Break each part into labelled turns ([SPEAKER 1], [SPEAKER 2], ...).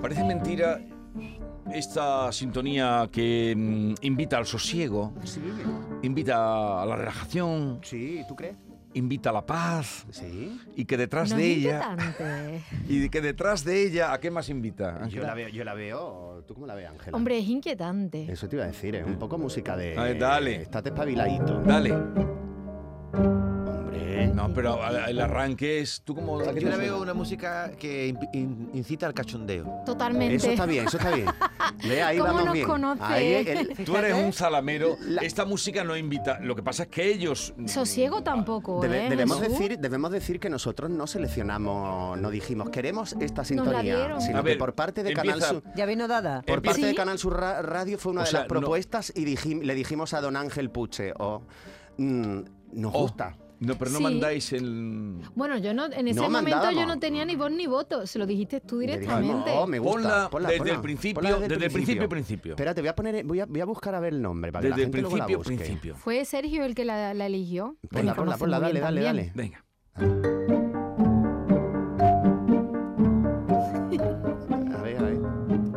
[SPEAKER 1] Parece mentira esta sintonía que mm, invita al sosiego,
[SPEAKER 2] Sí,
[SPEAKER 1] invita a la relajación,
[SPEAKER 2] sí, ¿tú crees?
[SPEAKER 1] invita a la paz
[SPEAKER 2] Sí.
[SPEAKER 1] y que detrás
[SPEAKER 3] No
[SPEAKER 1] de
[SPEAKER 3] es
[SPEAKER 1] ella
[SPEAKER 3] inquietante.
[SPEAKER 1] y que detrás de ella ¿a qué más invita?
[SPEAKER 2] Yo
[SPEAKER 1] Ángela?
[SPEAKER 2] la veo, yo la veo. ¿Tú cómo la ves, Ángela?
[SPEAKER 3] Hombre, es inquietante.
[SPEAKER 2] Eso te iba a decir, es un poco música de.
[SPEAKER 1] Ay, dale.
[SPEAKER 2] Estate espabiladito.
[SPEAKER 1] Dale.
[SPEAKER 2] Hombre.
[SPEAKER 1] No, pero a- a- el arranque es tú como ¿a qué
[SPEAKER 4] Yo
[SPEAKER 1] te
[SPEAKER 4] le
[SPEAKER 1] suena?
[SPEAKER 4] veo una música que in- in- incita al cachondeo.
[SPEAKER 3] Totalmente.
[SPEAKER 2] Eso está bien, eso está bien. Ve, ahí
[SPEAKER 3] ¿Cómo
[SPEAKER 2] vamos
[SPEAKER 3] nos
[SPEAKER 2] bien.
[SPEAKER 3] conoce?
[SPEAKER 2] Ahí el- el-
[SPEAKER 1] Tú eres un zalamero.
[SPEAKER 2] La-
[SPEAKER 1] Esta música no invita. Lo que pasa es que ellos. mm,
[SPEAKER 3] Sosiego tampoco,
[SPEAKER 2] ah, Debe-
[SPEAKER 3] ¿eh,
[SPEAKER 2] debemos,
[SPEAKER 3] Jesús?
[SPEAKER 2] decir, debemos decir que nosotros no seleccionamos, no dijimos, queremos esta sintonía,
[SPEAKER 3] dieron.
[SPEAKER 2] sino
[SPEAKER 1] A ver,
[SPEAKER 2] que por parte de
[SPEAKER 1] empieza-
[SPEAKER 2] Canal Sur.
[SPEAKER 5] Ya vino dada.
[SPEAKER 2] Por parte
[SPEAKER 3] Sí.
[SPEAKER 2] de Canal Sur Ra- Radio fue una
[SPEAKER 1] O
[SPEAKER 2] de
[SPEAKER 1] sea,
[SPEAKER 2] las
[SPEAKER 1] no-
[SPEAKER 2] propuestas y dijim- le dijimos a don Ángel Puche, oh, mm, nos
[SPEAKER 1] oh,
[SPEAKER 2] gusta.
[SPEAKER 1] No, pero no
[SPEAKER 3] Sí.
[SPEAKER 1] mandáis el.
[SPEAKER 3] Bueno, yo no, en ese
[SPEAKER 2] No
[SPEAKER 3] momento yo
[SPEAKER 2] mandábamos.
[SPEAKER 3] no tenía ni voz ni voto. Se lo dijiste tú
[SPEAKER 2] Le dijimos,
[SPEAKER 3] directamente.
[SPEAKER 2] "Oh, me gusta.
[SPEAKER 1] Ponla desde
[SPEAKER 2] ponla,
[SPEAKER 1] el principio,
[SPEAKER 2] ponla
[SPEAKER 1] desde el principio, principio.
[SPEAKER 2] Espera, te voy a poner, voy a, voy a buscar a ver el nombre para que
[SPEAKER 1] Desde
[SPEAKER 2] la
[SPEAKER 1] el
[SPEAKER 2] gente luego la
[SPEAKER 1] principio,
[SPEAKER 2] busque.
[SPEAKER 1] principio.
[SPEAKER 3] Fue Sergio el que la, la eligió. que
[SPEAKER 2] Ponla, ponla,
[SPEAKER 3] me conoce
[SPEAKER 2] ponla,
[SPEAKER 3] muy
[SPEAKER 2] dale,
[SPEAKER 3] bien
[SPEAKER 2] dale,
[SPEAKER 3] también.
[SPEAKER 2] dale.
[SPEAKER 1] Venga.
[SPEAKER 2] A ver, a ver.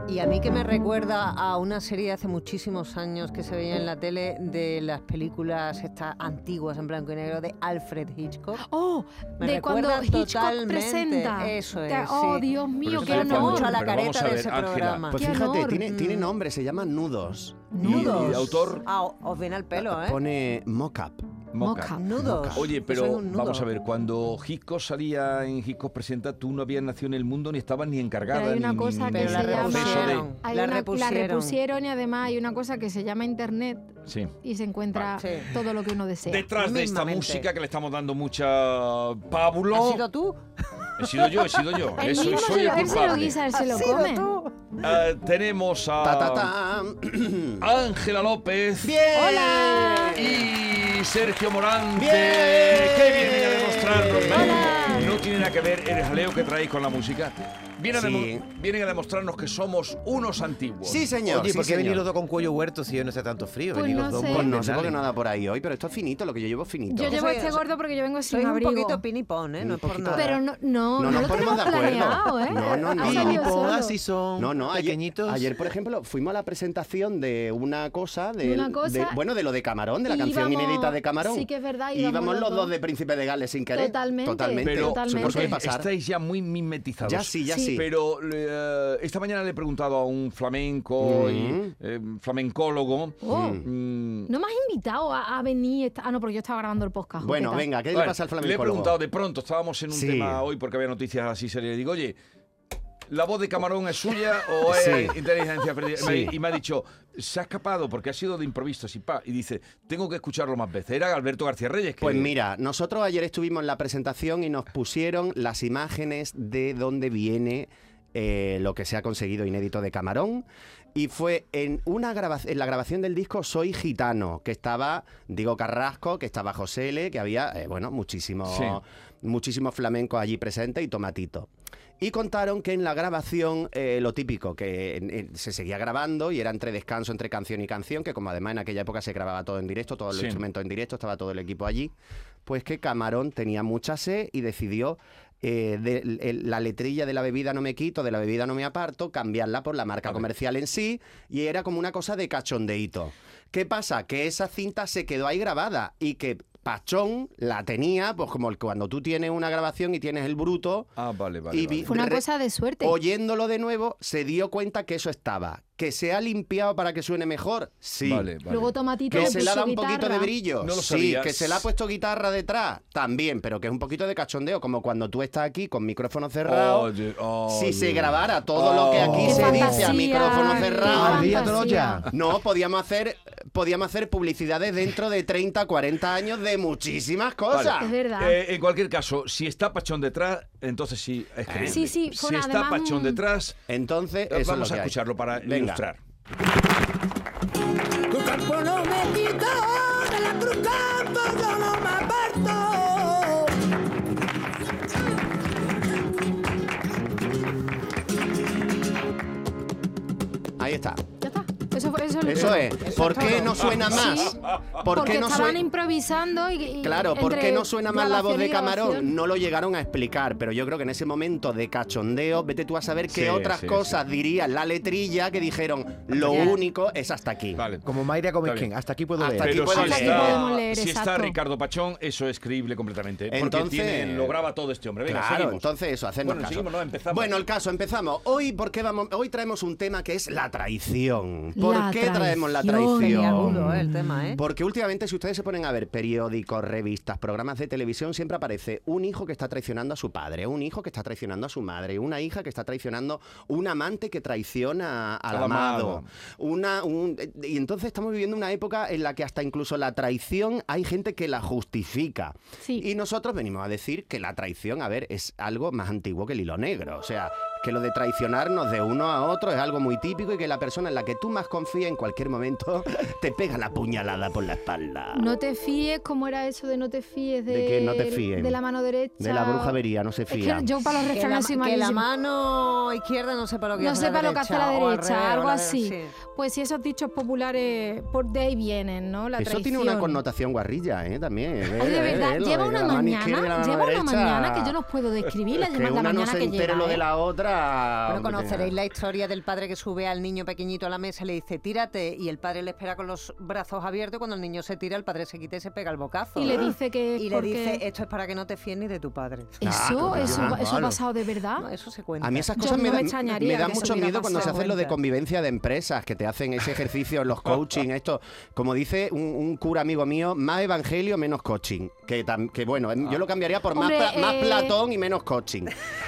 [SPEAKER 5] Y a mí que me recuerda a una serie de hace muchísimos años que se veía en la tele de las películas estas antiguas en blanco y negro de Alfred Hitchcock.
[SPEAKER 3] Oh,
[SPEAKER 5] Me
[SPEAKER 3] de cuando
[SPEAKER 5] recuerda
[SPEAKER 3] Hitchcock
[SPEAKER 5] totalmente,
[SPEAKER 3] presenta.
[SPEAKER 5] eso
[SPEAKER 3] Te-
[SPEAKER 5] es,
[SPEAKER 3] Oh,
[SPEAKER 5] sí.
[SPEAKER 3] Dios mío,
[SPEAKER 1] eso
[SPEAKER 3] qué
[SPEAKER 1] se refiere
[SPEAKER 3] honor.
[SPEAKER 5] mucho a la
[SPEAKER 1] Pero vamos a
[SPEAKER 5] careta
[SPEAKER 1] ver,
[SPEAKER 5] de ese
[SPEAKER 1] Ángela,
[SPEAKER 5] programa.
[SPEAKER 2] Pues
[SPEAKER 3] Qué
[SPEAKER 2] fíjate,
[SPEAKER 3] honor.
[SPEAKER 2] tiene,
[SPEAKER 3] Mm.
[SPEAKER 2] tiene nombre, se llama Nudos.
[SPEAKER 1] Y- y
[SPEAKER 5] Nudos.
[SPEAKER 1] autor-
[SPEAKER 5] Ah, o- os viene al pelo, ¿eh?
[SPEAKER 2] Pone mock-up.
[SPEAKER 1] Moca.
[SPEAKER 3] Moca.
[SPEAKER 5] Nudos.
[SPEAKER 1] Oye,
[SPEAKER 5] Yo soy
[SPEAKER 1] pero
[SPEAKER 5] un nudo.
[SPEAKER 1] vamos a ver, cuando Hitchcock salía en Hitchcock Presenta, tú no habías nacido en el mundo ni estabas ni encargada.
[SPEAKER 3] Pero hay
[SPEAKER 1] ni-
[SPEAKER 3] una
[SPEAKER 1] ni-
[SPEAKER 3] cosa
[SPEAKER 1] ni- ni
[SPEAKER 3] que
[SPEAKER 5] Pero la
[SPEAKER 3] se
[SPEAKER 1] en el proceso de-
[SPEAKER 5] repusieron.
[SPEAKER 3] llama... Hay
[SPEAKER 5] La
[SPEAKER 3] una-
[SPEAKER 5] repusieron.
[SPEAKER 3] repusieron y además hay una cosa que se llama internet
[SPEAKER 1] Sí.
[SPEAKER 3] y se encuentra
[SPEAKER 5] Vale. Ah, Sí.
[SPEAKER 3] todo lo que uno desea.
[SPEAKER 1] Detrás de esta
[SPEAKER 5] Mismamente.
[SPEAKER 1] música que le estamos dando mucha pábulo.
[SPEAKER 5] ¿Has sido tú?
[SPEAKER 1] He sido yo, he sido yo.
[SPEAKER 3] Él
[SPEAKER 1] Eso,
[SPEAKER 3] mismo
[SPEAKER 1] soy
[SPEAKER 3] se
[SPEAKER 1] el
[SPEAKER 3] lo, él se lo
[SPEAKER 1] culpable.
[SPEAKER 3] guisa, él se
[SPEAKER 5] ¿Has
[SPEAKER 3] lo
[SPEAKER 5] sido
[SPEAKER 3] come.
[SPEAKER 5] tú?
[SPEAKER 1] Eh, tenemos
[SPEAKER 2] Ta, ta,
[SPEAKER 1] a
[SPEAKER 2] ta.
[SPEAKER 1] Ángela López.
[SPEAKER 2] ¡Bien!
[SPEAKER 3] Hola.
[SPEAKER 1] Y Sergio Morante,
[SPEAKER 2] Bien.
[SPEAKER 1] que viene a demostrarnos.
[SPEAKER 3] Hola.
[SPEAKER 1] No tiene nada que ver el jaleo que traéis con la música. Viene a
[SPEAKER 2] Sí.
[SPEAKER 1] demo- vienen a demostrarnos que somos unos antiguos.
[SPEAKER 2] Sí, señor.
[SPEAKER 4] Oye,
[SPEAKER 2] sí,
[SPEAKER 4] ¿por qué venís
[SPEAKER 2] señor.
[SPEAKER 4] los dos con cuello huerto si hoy no está tanto frío?
[SPEAKER 3] Pues
[SPEAKER 4] Venís
[SPEAKER 3] no
[SPEAKER 4] los dos
[SPEAKER 3] sé.
[SPEAKER 4] con
[SPEAKER 2] Pues no sé por
[SPEAKER 4] pernales.
[SPEAKER 2] qué no da por ahí hoy, pero esto es finito, lo que yo llevo es finito.
[SPEAKER 3] Yo llevo
[SPEAKER 5] soy-
[SPEAKER 3] este
[SPEAKER 5] soy-
[SPEAKER 3] gordo porque yo vengo sin
[SPEAKER 5] Soy un
[SPEAKER 3] abrigo.
[SPEAKER 5] poquito pinipón, ¿eh? No
[SPEAKER 2] Un
[SPEAKER 5] es por
[SPEAKER 2] poquito.
[SPEAKER 5] nada.
[SPEAKER 3] Pero no, no,
[SPEAKER 2] No
[SPEAKER 3] no,
[SPEAKER 2] nos
[SPEAKER 3] lo
[SPEAKER 2] ponemos
[SPEAKER 3] tenemos
[SPEAKER 2] de acuerdo.
[SPEAKER 3] planeado, ¿eh?
[SPEAKER 2] No, no, no.
[SPEAKER 3] Ha
[SPEAKER 4] Y
[SPEAKER 2] Ay,
[SPEAKER 3] salido
[SPEAKER 2] Dios,
[SPEAKER 4] podas
[SPEAKER 3] solo.
[SPEAKER 4] si son
[SPEAKER 2] No, no, ayer,
[SPEAKER 4] pequeñitos.
[SPEAKER 2] ayer, por ejemplo, fuimos a la presentación de una cosa, de,
[SPEAKER 3] De una cosa.
[SPEAKER 2] de- bueno, de lo de Camarón, de la
[SPEAKER 3] Y
[SPEAKER 2] canción
[SPEAKER 3] íbamos-
[SPEAKER 2] inédita de Camarón.
[SPEAKER 3] sí que es verdad,
[SPEAKER 2] Y
[SPEAKER 3] íbamos
[SPEAKER 2] Íbamos
[SPEAKER 3] los
[SPEAKER 2] los dos
[SPEAKER 3] dos.
[SPEAKER 2] de Príncipe de Gales sin querer.
[SPEAKER 3] Totalmente,
[SPEAKER 2] Totalmente.
[SPEAKER 1] Pero
[SPEAKER 3] Totalmente. este-
[SPEAKER 2] Suele pasar.
[SPEAKER 1] estáis ya muy mimetizados.
[SPEAKER 2] Ya sí, ya
[SPEAKER 3] Sí.
[SPEAKER 2] sí.
[SPEAKER 1] Pero eh, esta mañana le he preguntado a un flamenco y
[SPEAKER 2] Mm.
[SPEAKER 1] eh, flamencólogo.
[SPEAKER 3] Oh,
[SPEAKER 1] mm,
[SPEAKER 3] No me has invitado a, a venir. esta- Ah, no, porque yo estaba grabando el podcast.
[SPEAKER 2] bueno,
[SPEAKER 3] ¿qué tal?
[SPEAKER 2] venga, ¿qué le
[SPEAKER 1] Vale,
[SPEAKER 2] pasa al
[SPEAKER 1] Le he
[SPEAKER 2] flamenco?
[SPEAKER 1] preguntado de pronto, estábamos en un
[SPEAKER 2] Sí.
[SPEAKER 1] tema hoy porque había noticias así serias. Le digo, oye, ¿la voz de Camarón es suya o es
[SPEAKER 2] Sí.
[SPEAKER 1] inteligencia artificial?
[SPEAKER 2] Sí.
[SPEAKER 1] Y me ha dicho, se ha escapado porque ha sido de improviso, así, pa. Y dice, tengo que escucharlo más veces. Era Alberto García Reyes. Que
[SPEAKER 2] Pues mira, nosotros ayer estuvimos en la presentación y nos pusieron las imágenes de dónde viene eh, lo que se ha conseguido inédito de Camarón. Y fue en, una graba- en la grabación del disco Soy Gitano, que estaba Diego Carrasco, que estaba José L, que había, eh, bueno, muchísimos
[SPEAKER 1] Sí.
[SPEAKER 2] muchísimos flamencos allí presentes y Tomatito. Y contaron que en la grabación, eh, lo típico, que eh, se seguía grabando y era entre descanso, entre canción y canción, que como además en aquella época se grababa todo en directo, todos los
[SPEAKER 1] Sí.
[SPEAKER 2] instrumentos en directo, estaba todo el equipo allí, pues que Camarón tenía mucha sed y decidió eh, de- el- la letrilla de la bebida no me quito, de la bebida no me aparto, cambiarla por la marca comercial en sí, y era como una cosa de cachondeíto. ¿Qué pasa? Que esa cinta se quedó ahí grabada y que Pachón la tenía, pues como el- cuando tú tienes una grabación y tienes el bruto,
[SPEAKER 1] Ah, vale, vale.
[SPEAKER 2] Y vi-
[SPEAKER 1] vale.
[SPEAKER 3] Fue una
[SPEAKER 2] Re-
[SPEAKER 3] cosa de suerte.
[SPEAKER 2] oyéndolo de nuevo, se dio cuenta que eso estaba. ¿Que se ha limpiado para que suene mejor? Sí.
[SPEAKER 1] Vale, vale.
[SPEAKER 3] Luego Tomatito
[SPEAKER 2] ¿Que
[SPEAKER 3] le
[SPEAKER 2] se le
[SPEAKER 3] puso
[SPEAKER 2] ha dado un
[SPEAKER 3] guitarra.
[SPEAKER 2] poquito de brillo?
[SPEAKER 1] No lo
[SPEAKER 2] sí.
[SPEAKER 1] sabía.
[SPEAKER 2] ¿Que se le ha puesto guitarra detrás? También, pero que es un poquito de cachondeo, como cuando tú estás aquí con micrófono cerrado.
[SPEAKER 1] Oye, oye.
[SPEAKER 2] si se grabara todo lo que aquí
[SPEAKER 1] Qué
[SPEAKER 2] se dice
[SPEAKER 3] fantasía,
[SPEAKER 2] a micrófono
[SPEAKER 3] qué
[SPEAKER 2] cerrado,
[SPEAKER 4] María
[SPEAKER 3] fantasía.
[SPEAKER 4] Torolla.
[SPEAKER 2] no, podíamos hacer, podíamos hacer publicidades dentro de 30, 40 años de muchísimas cosas.
[SPEAKER 1] Vale.
[SPEAKER 3] Es verdad.
[SPEAKER 1] Eh, en cualquier caso, si está Pachón detrás, entonces sí, es creíble.
[SPEAKER 3] Sí, sí,
[SPEAKER 1] Si
[SPEAKER 3] fue una-
[SPEAKER 1] está
[SPEAKER 3] además
[SPEAKER 1] Pachón
[SPEAKER 3] un-
[SPEAKER 1] detrás,
[SPEAKER 2] Entonces, Eh. eso es lo
[SPEAKER 1] vamos
[SPEAKER 2] que
[SPEAKER 1] a
[SPEAKER 2] hay.
[SPEAKER 1] escucharlo para
[SPEAKER 2] Venga.
[SPEAKER 1] ilustrar.
[SPEAKER 6] Tu campo no me quito, de la tu campo yo no me aparto.
[SPEAKER 2] está.
[SPEAKER 3] Ya está. Eso, fue- eso, es lo
[SPEAKER 2] Eso
[SPEAKER 3] que-
[SPEAKER 2] es. ¿Por
[SPEAKER 3] es
[SPEAKER 2] qué
[SPEAKER 3] todo.
[SPEAKER 2] no suena más?
[SPEAKER 3] Sí,
[SPEAKER 2] ¿Por
[SPEAKER 3] porque
[SPEAKER 2] qué no
[SPEAKER 3] estaban
[SPEAKER 2] suena?
[SPEAKER 3] improvisando y, y-
[SPEAKER 2] Claro, ¿por
[SPEAKER 3] entre
[SPEAKER 2] qué no suena más la voz de
[SPEAKER 3] grabación y
[SPEAKER 2] Camarón?
[SPEAKER 3] grabación.
[SPEAKER 2] No lo llegaron a explicar, pero yo creo que en ese momento de cachondeo, vete tú a saber qué
[SPEAKER 1] Sí,
[SPEAKER 2] otras
[SPEAKER 1] sí,
[SPEAKER 2] cosas diría la letrilla que dijeron, lo
[SPEAKER 3] Ya.
[SPEAKER 2] único es hasta aquí.
[SPEAKER 1] Vale.
[SPEAKER 4] Como Mayra Gómez
[SPEAKER 1] Está bien.
[SPEAKER 4] King, hasta aquí puedo
[SPEAKER 2] Hasta
[SPEAKER 4] leer.
[SPEAKER 2] aquí
[SPEAKER 1] Eh, Pero
[SPEAKER 2] puedo
[SPEAKER 1] si,
[SPEAKER 2] leer.
[SPEAKER 1] está,
[SPEAKER 3] podemos leer,
[SPEAKER 1] si está
[SPEAKER 3] exacto.
[SPEAKER 1] Ricardo Pachón, eso es creíble completamente. Porque
[SPEAKER 2] Entonces-
[SPEAKER 1] tiene, lo graba todo este hombre. Venga,
[SPEAKER 2] claro,
[SPEAKER 1] seguimos.
[SPEAKER 2] entonces eso, hacernos
[SPEAKER 1] Bueno,
[SPEAKER 2] caso.
[SPEAKER 1] seguimos, no, empezamos.
[SPEAKER 2] Bueno, el caso, empezamos. Hoy, ¿por qué vamos? Hoy traemos un tema que es la traición. ¿Por
[SPEAKER 3] La
[SPEAKER 2] qué traemos la
[SPEAKER 3] traición.
[SPEAKER 5] Peliagudo,
[SPEAKER 2] traición?
[SPEAKER 5] eh, el tema, ¿eh?
[SPEAKER 2] Porque últimamente, si ustedes se ponen a ver periódicos, revistas, programas de televisión, siempre aparece un hijo que está traicionando a su padre, un hijo que está traicionando a su madre, una hija que está traicionando, un amante que traiciona al
[SPEAKER 1] Al amado.
[SPEAKER 2] amado. Una, un- y entonces estamos viviendo una época en la que hasta incluso la traición hay gente que la justifica.
[SPEAKER 3] Sí.
[SPEAKER 2] Y nosotros venimos a decir que la traición, a ver, es algo más antiguo que el hilo negro. O sea, que lo de traicionarnos de uno a otro es algo muy típico y que la persona en la que tú más confías en cualquier momento te pega la puñalada por la espalda.
[SPEAKER 3] No te fíes, ¿cómo era eso de no te fíes? De,
[SPEAKER 2] ¿De qué no te fíes?
[SPEAKER 3] De la mano derecha.
[SPEAKER 2] De la brujería, no se
[SPEAKER 3] Es que
[SPEAKER 2] fía.
[SPEAKER 3] yo para los
[SPEAKER 5] Que la,
[SPEAKER 3] refranes soy
[SPEAKER 5] que la
[SPEAKER 3] malísima.
[SPEAKER 5] mano izquierda no sepa lo que
[SPEAKER 3] No
[SPEAKER 5] hace
[SPEAKER 3] sepa
[SPEAKER 5] la
[SPEAKER 3] lo que hace
[SPEAKER 5] derecha,
[SPEAKER 3] la
[SPEAKER 5] o al
[SPEAKER 3] derecha,
[SPEAKER 5] revés, o
[SPEAKER 3] algo
[SPEAKER 5] la-
[SPEAKER 3] así.
[SPEAKER 5] sí.
[SPEAKER 3] Pues sí, esos dichos populares por de ahí vienen, ¿no? La
[SPEAKER 2] Eso
[SPEAKER 3] traición.
[SPEAKER 2] tiene una connotación guarrilla, ¿eh? También. eh,
[SPEAKER 3] Oye, de
[SPEAKER 2] eh, eh,
[SPEAKER 3] verdad,
[SPEAKER 2] lo
[SPEAKER 3] lleva
[SPEAKER 2] de que
[SPEAKER 3] una
[SPEAKER 2] la mano izquierda y la
[SPEAKER 3] mañana,
[SPEAKER 2] mano
[SPEAKER 3] lleva una
[SPEAKER 2] derecha.
[SPEAKER 3] mañana que yo no puedo describir la,
[SPEAKER 2] que
[SPEAKER 3] la
[SPEAKER 2] una
[SPEAKER 3] mañana
[SPEAKER 2] no se
[SPEAKER 3] que
[SPEAKER 2] entere
[SPEAKER 3] llega.
[SPEAKER 2] lo de
[SPEAKER 3] ¿eh?
[SPEAKER 2] la otra.
[SPEAKER 5] Bueno,
[SPEAKER 2] Ah, hombre,
[SPEAKER 5] conoceréis
[SPEAKER 2] que-
[SPEAKER 5] la historia del padre que sube al niño pequeñito a la mesa y le dice, tírate, y el padre le espera con los brazos abiertos, cuando el niño se tira, el padre se quita y se pega el bocazo.
[SPEAKER 2] Ah.
[SPEAKER 5] Ah.
[SPEAKER 3] Y le dice que es
[SPEAKER 5] Y le
[SPEAKER 3] porque-
[SPEAKER 5] dice, esto es para que no te fíes ni de tu padre. Ah,
[SPEAKER 3] Eso,
[SPEAKER 2] Ah,
[SPEAKER 3] eso,
[SPEAKER 2] claro.
[SPEAKER 3] eso ha pasado de verdad.
[SPEAKER 5] No, eso se cuenta.
[SPEAKER 2] A mí esas
[SPEAKER 3] Yo
[SPEAKER 2] cosas
[SPEAKER 3] no
[SPEAKER 2] me,
[SPEAKER 3] me
[SPEAKER 2] dan-
[SPEAKER 3] extrañaría
[SPEAKER 2] me da
[SPEAKER 3] que eso
[SPEAKER 2] mucho
[SPEAKER 3] hubiera
[SPEAKER 2] miedo cuando se
[SPEAKER 3] pasado.
[SPEAKER 2] hacen lo de convivencia de empresas, que te hacen ese ejercicio en los coaching, esto. Como dice un, un cura amigo mío, más evangelio, menos coaching. Que, tam- que bueno, em, yo lo cambiaría por más,
[SPEAKER 3] Hombre,
[SPEAKER 2] pla- más
[SPEAKER 3] eh,
[SPEAKER 2] Platón y menos coaching.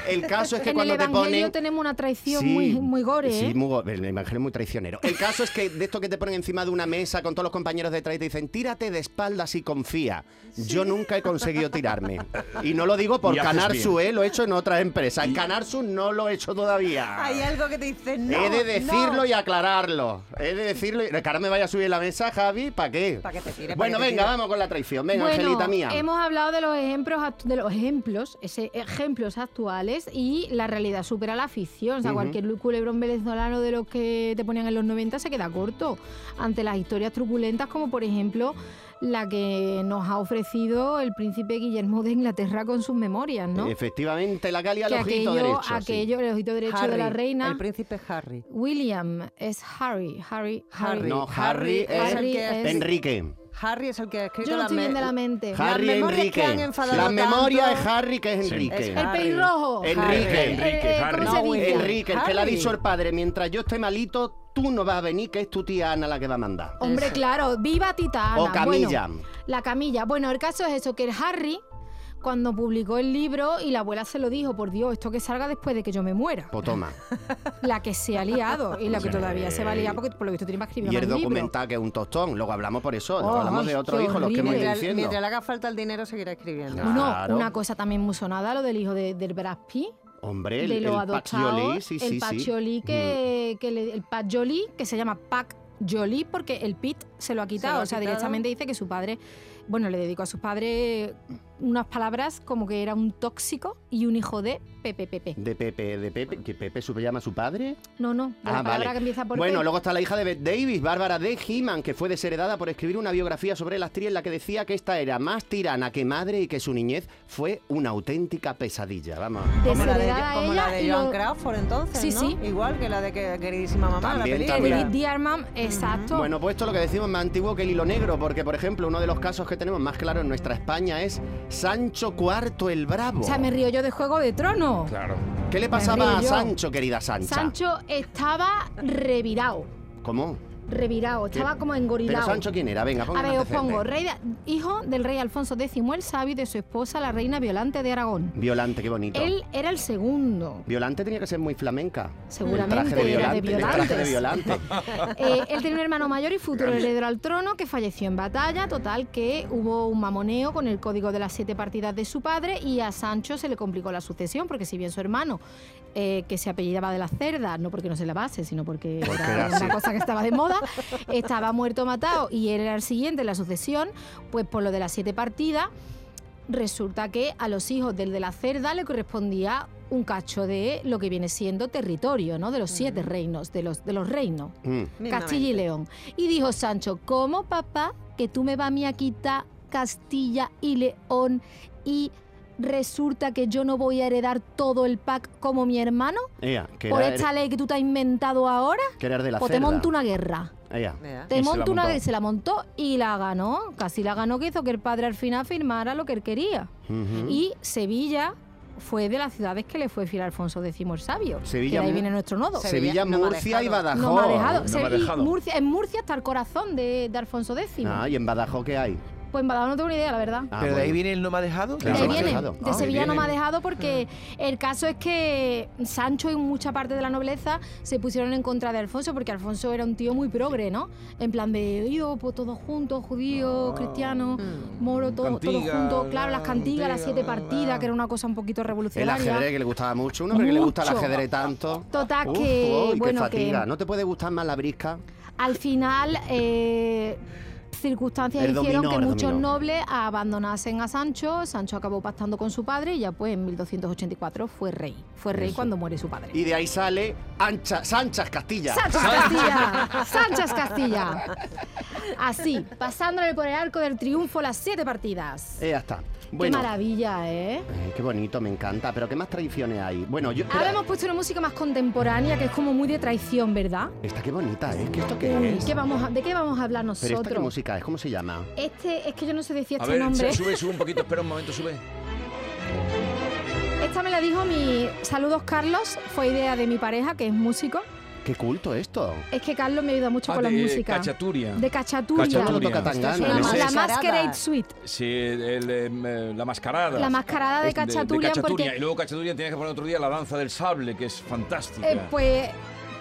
[SPEAKER 2] El caso es que
[SPEAKER 3] en
[SPEAKER 2] cuando
[SPEAKER 3] el
[SPEAKER 2] te
[SPEAKER 3] Evangelio
[SPEAKER 2] ponen...
[SPEAKER 3] tenemos una traición
[SPEAKER 2] Sí,
[SPEAKER 3] muy, muy gore,
[SPEAKER 2] sí,
[SPEAKER 3] ¿eh?
[SPEAKER 2] muy go- el evangelio es muy traicionero. El caso es que de esto que te ponen encima de una mesa con todos los compañeros detrás y te dicen, tírate de espaldas y confía. Yo nunca he conseguido tirarme. Y no lo digo por
[SPEAKER 1] Y haces
[SPEAKER 2] Canarsu,
[SPEAKER 1] bien.
[SPEAKER 2] ¿eh? lo he hecho en otras empresas. En Canarsu no lo he hecho todavía.
[SPEAKER 5] Hay algo que te dice, no,
[SPEAKER 2] He de decirlo
[SPEAKER 5] no".
[SPEAKER 2] y aclararlo. He de decirlo. y- Que ahora me vaya a subir la mesa, Javi, ¿para qué?
[SPEAKER 5] Pa' que te tire, pa'
[SPEAKER 2] bueno,
[SPEAKER 5] que te
[SPEAKER 2] venga,
[SPEAKER 5] tire.
[SPEAKER 2] vamos con la traición. Venga,
[SPEAKER 3] bueno,
[SPEAKER 2] Angelita mía.
[SPEAKER 3] hemos hablado de los ejemplos, act- de los ejemplos, ese, ejemplos actuales y la realidad supera la ficción. O sea,
[SPEAKER 2] Ujú.
[SPEAKER 3] cualquier culebrón venezolano de los que te ponían en los 90 se queda corto ante las historias truculentas como por ejemplo la que nos ha ofrecido el príncipe Guillermo de Inglaterra con sus memorias, ¿no?
[SPEAKER 2] Efectivamente, la Galia al
[SPEAKER 3] que
[SPEAKER 2] Eh, ojito
[SPEAKER 3] aquello,
[SPEAKER 2] derecho. sí.
[SPEAKER 3] aquello, el ojito derecho de
[SPEAKER 5] Harry,
[SPEAKER 3] la reina.
[SPEAKER 5] El príncipe Harry.
[SPEAKER 3] William es Harry, Harry, Harry.
[SPEAKER 5] Harry.
[SPEAKER 2] No, Harry, es-
[SPEAKER 3] Harry es-
[SPEAKER 2] Enrique.
[SPEAKER 5] Harry es el que ha escrito
[SPEAKER 3] Yo no
[SPEAKER 5] la
[SPEAKER 3] estoy
[SPEAKER 5] me-
[SPEAKER 3] bien de la mente.
[SPEAKER 5] Ja-
[SPEAKER 2] Harry
[SPEAKER 5] Las memorias que
[SPEAKER 2] Enrique.
[SPEAKER 5] han enfadado
[SPEAKER 2] La memoria
[SPEAKER 5] tanto-
[SPEAKER 2] es Harry, que es
[SPEAKER 1] Sí.
[SPEAKER 2] Enrique.
[SPEAKER 5] Es
[SPEAKER 3] el
[SPEAKER 5] Harry.
[SPEAKER 3] pelirrojo.
[SPEAKER 2] Enrique.
[SPEAKER 3] El- el-
[SPEAKER 1] Enrique,
[SPEAKER 3] el- ¿Cómo
[SPEAKER 1] Harry.
[SPEAKER 3] se
[SPEAKER 5] No,
[SPEAKER 3] dice?
[SPEAKER 2] Enrique, el que le ha
[SPEAKER 5] Harry.
[SPEAKER 2] dicho el padre, mientras yo esté malito, tú no vas a venir, que es tu tía Ana la que va a mandar.
[SPEAKER 3] Hombre,
[SPEAKER 5] Eso.
[SPEAKER 3] claro, viva Titana.
[SPEAKER 2] O Camilla.
[SPEAKER 3] Bueno, la camilla. Bueno, el caso es eso, que el Harry, cuando publicó el libro y la abuela se lo dijo, por Dios, esto que salga después de que yo me muera.
[SPEAKER 2] Pues toma.
[SPEAKER 3] La que se ha liado y la que
[SPEAKER 2] Sí.
[SPEAKER 3] todavía se va a liar porque por lo visto tiene para escribir
[SPEAKER 2] Y
[SPEAKER 3] más
[SPEAKER 2] el
[SPEAKER 3] libros.
[SPEAKER 2] documental que es un tostón. Luego hablamos por eso. Luego
[SPEAKER 3] Ay,
[SPEAKER 2] hablamos de
[SPEAKER 3] qué
[SPEAKER 2] otro hijo, los que hemos ido
[SPEAKER 3] horrible.
[SPEAKER 5] Mientras,
[SPEAKER 2] diciendo. Ah,
[SPEAKER 5] mientras le haga falta el dinero, seguirá escribiendo.
[SPEAKER 2] No.
[SPEAKER 3] Bueno,
[SPEAKER 2] Claro.
[SPEAKER 3] una cosa también muy sonada, lo del hijo de- del Brad Pitt.
[SPEAKER 2] Hombre, el,
[SPEAKER 3] de los
[SPEAKER 2] el
[SPEAKER 3] adoptados,
[SPEAKER 2] Pacioli, sí,
[SPEAKER 3] el
[SPEAKER 2] sí, Mm.
[SPEAKER 3] Pacioli
[SPEAKER 2] sí.
[SPEAKER 3] que, que le- el Pacioli que se llama Pac Jolie porque el Pit se lo ha quitado,
[SPEAKER 5] lo ha
[SPEAKER 3] o sea,
[SPEAKER 5] quitado.
[SPEAKER 3] directamente dice que su padre, bueno, le dedicó a sus padres unas palabras como que era un tóxico y un hijo de PPPP.
[SPEAKER 2] Mm. De Pepe, de Pepe, que Pepe su- llama a su padre.
[SPEAKER 3] No, no, de la
[SPEAKER 2] Ah,
[SPEAKER 3] palabra
[SPEAKER 2] vale.
[SPEAKER 3] que empieza por
[SPEAKER 2] Bueno,
[SPEAKER 3] P.
[SPEAKER 2] luego está la hija de Beth Davis, Bárbara de He-Man, que fue desheredada por escribir una biografía sobre la actriz en la que decía que esta era más tirana que madre y que su niñez fue una auténtica pesadilla. Vamos.
[SPEAKER 5] Como la de,
[SPEAKER 3] Desheredada
[SPEAKER 5] como
[SPEAKER 3] ella
[SPEAKER 5] la de
[SPEAKER 3] y
[SPEAKER 5] Joan
[SPEAKER 3] lo-
[SPEAKER 5] Crawford, entonces,
[SPEAKER 3] Sí,
[SPEAKER 5] ¿no?
[SPEAKER 3] sí.
[SPEAKER 5] Igual que la de que, queridísima mamá,
[SPEAKER 2] También,
[SPEAKER 5] la
[SPEAKER 3] Que
[SPEAKER 5] película.
[SPEAKER 3] David Diarman, exacto.
[SPEAKER 2] Bueno, pues esto lo que decimos es más antiguo que el hilo negro, porque por ejemplo, uno de los casos que tenemos más claro en nuestra España es Sancho IV el Bravo.
[SPEAKER 3] o sea, me río yo de Juego de Tronos.
[SPEAKER 1] Claro.
[SPEAKER 2] ¿Qué le
[SPEAKER 3] me
[SPEAKER 2] pasaba
[SPEAKER 3] río
[SPEAKER 2] a
[SPEAKER 3] yo.
[SPEAKER 2] Sancho, querida Sancha?
[SPEAKER 3] Sancho estaba revirado,
[SPEAKER 2] ¿Cómo?
[SPEAKER 3] revirado, estaba
[SPEAKER 2] ¿Qué?
[SPEAKER 3] como
[SPEAKER 2] Pero
[SPEAKER 3] engorilado.
[SPEAKER 2] Sancho quién era? Venga, ponga
[SPEAKER 3] A ver, os
[SPEAKER 2] antecedentes.
[SPEAKER 3] pongo, rey de- hijo del rey Alfonso X el sabio y de su esposa, la reina Violante de Aragón.
[SPEAKER 2] Violante, qué bonito.
[SPEAKER 3] Él era el segundo,
[SPEAKER 2] Violante tenía que ser muy flamenca.
[SPEAKER 3] Seguramente
[SPEAKER 2] El traje de
[SPEAKER 3] era de
[SPEAKER 2] Violante. el traje de Violante.
[SPEAKER 3] Eh, él tenía un hermano mayor y futuro heredero al trono que falleció en batalla. Total, que hubo un mamoneo con el código de las siete partidas de su padre y a Sancho se le complicó la sucesión, porque si bien su hermano, eh, que se apellidaba de la cerda, no porque no se la base, sino porque,
[SPEAKER 2] Porque era
[SPEAKER 3] era
[SPEAKER 2] así.
[SPEAKER 3] una cosa que estaba de moda, estaba muerto matado y él era el siguiente en la sucesión, pues por lo de las siete partidas. Resulta que a los hijos del de la cerda le correspondía un cacho de lo que viene siendo territorio, ¿no? De los siete reinos, de los, de los reinos.
[SPEAKER 2] Mm.
[SPEAKER 3] Castilla y León. Y dijo Sancho, ¿cómo papá que tú me vas a mí a quitar Castilla y León y resulta que yo no voy a heredar todo el pack como mi hermano?
[SPEAKER 2] Ea, que,
[SPEAKER 3] ¿Por
[SPEAKER 2] era,
[SPEAKER 3] esta ley que tú te has inventado ahora?
[SPEAKER 2] que era de la
[SPEAKER 3] Pues te
[SPEAKER 2] cerda.
[SPEAKER 3] monto una guerra.
[SPEAKER 2] Ea.
[SPEAKER 5] Mira.
[SPEAKER 2] Y
[SPEAKER 3] Te
[SPEAKER 2] se la
[SPEAKER 3] monto
[SPEAKER 2] montó.
[SPEAKER 3] una guerra y se la montó y la ganó. Casi la ganó que hizo que el padre al final firmara lo que él quería.
[SPEAKER 2] Ujú.
[SPEAKER 3] Y Sevilla fue de las ciudades que le fue fiel Alfonso X el Sabio.
[SPEAKER 2] Sevilla
[SPEAKER 3] que de ahí
[SPEAKER 2] mu-
[SPEAKER 3] viene nuestro nodo.
[SPEAKER 2] Sevilla,
[SPEAKER 5] Sevilla no me ha
[SPEAKER 2] Murcia y
[SPEAKER 5] dejado.
[SPEAKER 2] Badajoz.
[SPEAKER 3] No me ha dejado.
[SPEAKER 1] no
[SPEAKER 3] Se-
[SPEAKER 1] me ha
[SPEAKER 3] y
[SPEAKER 1] dejado.
[SPEAKER 3] Murcia, en Murcia está el corazón de, de Alfonso X.
[SPEAKER 2] Ah, ¿y en Badajoz qué hay?
[SPEAKER 3] Pues en Badajoz no tengo ni idea, la verdad.
[SPEAKER 2] Ah,
[SPEAKER 4] Pero de ahí
[SPEAKER 2] bueno.
[SPEAKER 4] viene el no me ha dejado.
[SPEAKER 3] De
[SPEAKER 2] Claro,
[SPEAKER 3] ahí
[SPEAKER 2] no me ha
[SPEAKER 3] viene.
[SPEAKER 2] dejado.
[SPEAKER 3] De
[SPEAKER 2] Ah,
[SPEAKER 3] Sevilla no me ha
[SPEAKER 2] viene.
[SPEAKER 3] dejado porque
[SPEAKER 1] Ah.
[SPEAKER 3] el caso es que Sancho y mucha parte de la nobleza se pusieron en contra de Alfonso porque Alfonso era un tío muy progre, ¿no? En plan de, yo, pues todos juntos, judío, cristiano, moro, todo, todo
[SPEAKER 1] Ah. Mm. Cantiga,
[SPEAKER 3] junto. Claro, las
[SPEAKER 1] la
[SPEAKER 3] cantigas, las siete
[SPEAKER 1] cantiga,
[SPEAKER 3] partidas, que era una cosa un poquito
[SPEAKER 2] El ajedrez
[SPEAKER 3] revolucionaria.
[SPEAKER 2] que le gustaba mucho, un hombre que le gusta el
[SPEAKER 3] Mucho.
[SPEAKER 2] ajedrez tanto.
[SPEAKER 3] Total,
[SPEAKER 2] Uf,
[SPEAKER 3] que,
[SPEAKER 2] uy, qué
[SPEAKER 3] bueno, que-
[SPEAKER 2] fatiga. ¿No te puede gustar más la brisca?
[SPEAKER 3] Al final, eh, circunstancias
[SPEAKER 2] El
[SPEAKER 3] hicieron
[SPEAKER 2] dominó,
[SPEAKER 3] que
[SPEAKER 2] el
[SPEAKER 3] muchos
[SPEAKER 2] dominó.
[SPEAKER 3] nobles abandonasen a Sancho. Sancho acabó pactando con su padre y ya pues en 1284 fue rey. Fue rey cuando muere su padre.
[SPEAKER 2] Y de ahí sale Ancha, Sanchas Castilla.
[SPEAKER 3] ¡Sánchez Castilla! ¡Sánchez Castilla! Así, pasándole por el arco del triunfo las siete partidas.
[SPEAKER 2] Eh, ya está. Bueno,
[SPEAKER 3] ¡Qué maravilla, eh!
[SPEAKER 2] eh, qué bonito, me encanta. Pero ¿qué más tradiciones hay? Bueno, yo...
[SPEAKER 3] Ahora
[SPEAKER 2] espera.
[SPEAKER 3] hemos puesto una música más contemporánea que es como muy de traición, ¿verdad?
[SPEAKER 2] Esta qué bonita, ¿eh? ¿Qué esto qué
[SPEAKER 3] Uy,
[SPEAKER 2] es?
[SPEAKER 3] ¿qué vamos a- ¿De qué vamos a hablar
[SPEAKER 2] Pero esta qué
[SPEAKER 3] nosotros?
[SPEAKER 2] música es, ¿cómo se llama?
[SPEAKER 3] Este, es que yo no sé decir
[SPEAKER 1] A
[SPEAKER 3] este
[SPEAKER 1] ver,
[SPEAKER 3] nombre.
[SPEAKER 1] sube, sube un poquito, espera un momento, sube.
[SPEAKER 3] Esta me la dijo mi. Saludos, Carlos. Fue idea de mi pareja, que es músico.
[SPEAKER 2] Qué culto esto.
[SPEAKER 3] Es que Carlos me ayuda mucho
[SPEAKER 1] Ah,
[SPEAKER 3] con la
[SPEAKER 1] de
[SPEAKER 3] música.
[SPEAKER 1] Cachaturia.
[SPEAKER 3] De Cachaturia.
[SPEAKER 2] Todo
[SPEAKER 1] Cachaturia.
[SPEAKER 2] toca tangana,
[SPEAKER 3] La,
[SPEAKER 1] Una
[SPEAKER 2] ¿no?
[SPEAKER 3] ma- la
[SPEAKER 5] Mascarada.
[SPEAKER 3] Masquerade Suite.
[SPEAKER 1] Sí, el, em, eh, la mascarada.
[SPEAKER 3] La mascarada de
[SPEAKER 1] Es
[SPEAKER 3] Cachaturia,
[SPEAKER 1] Cachaturia.
[SPEAKER 3] porque-
[SPEAKER 1] Y luego Cachaturia tienes que poner otro día la danza del sable, que es fantástica.
[SPEAKER 3] Eh, pues,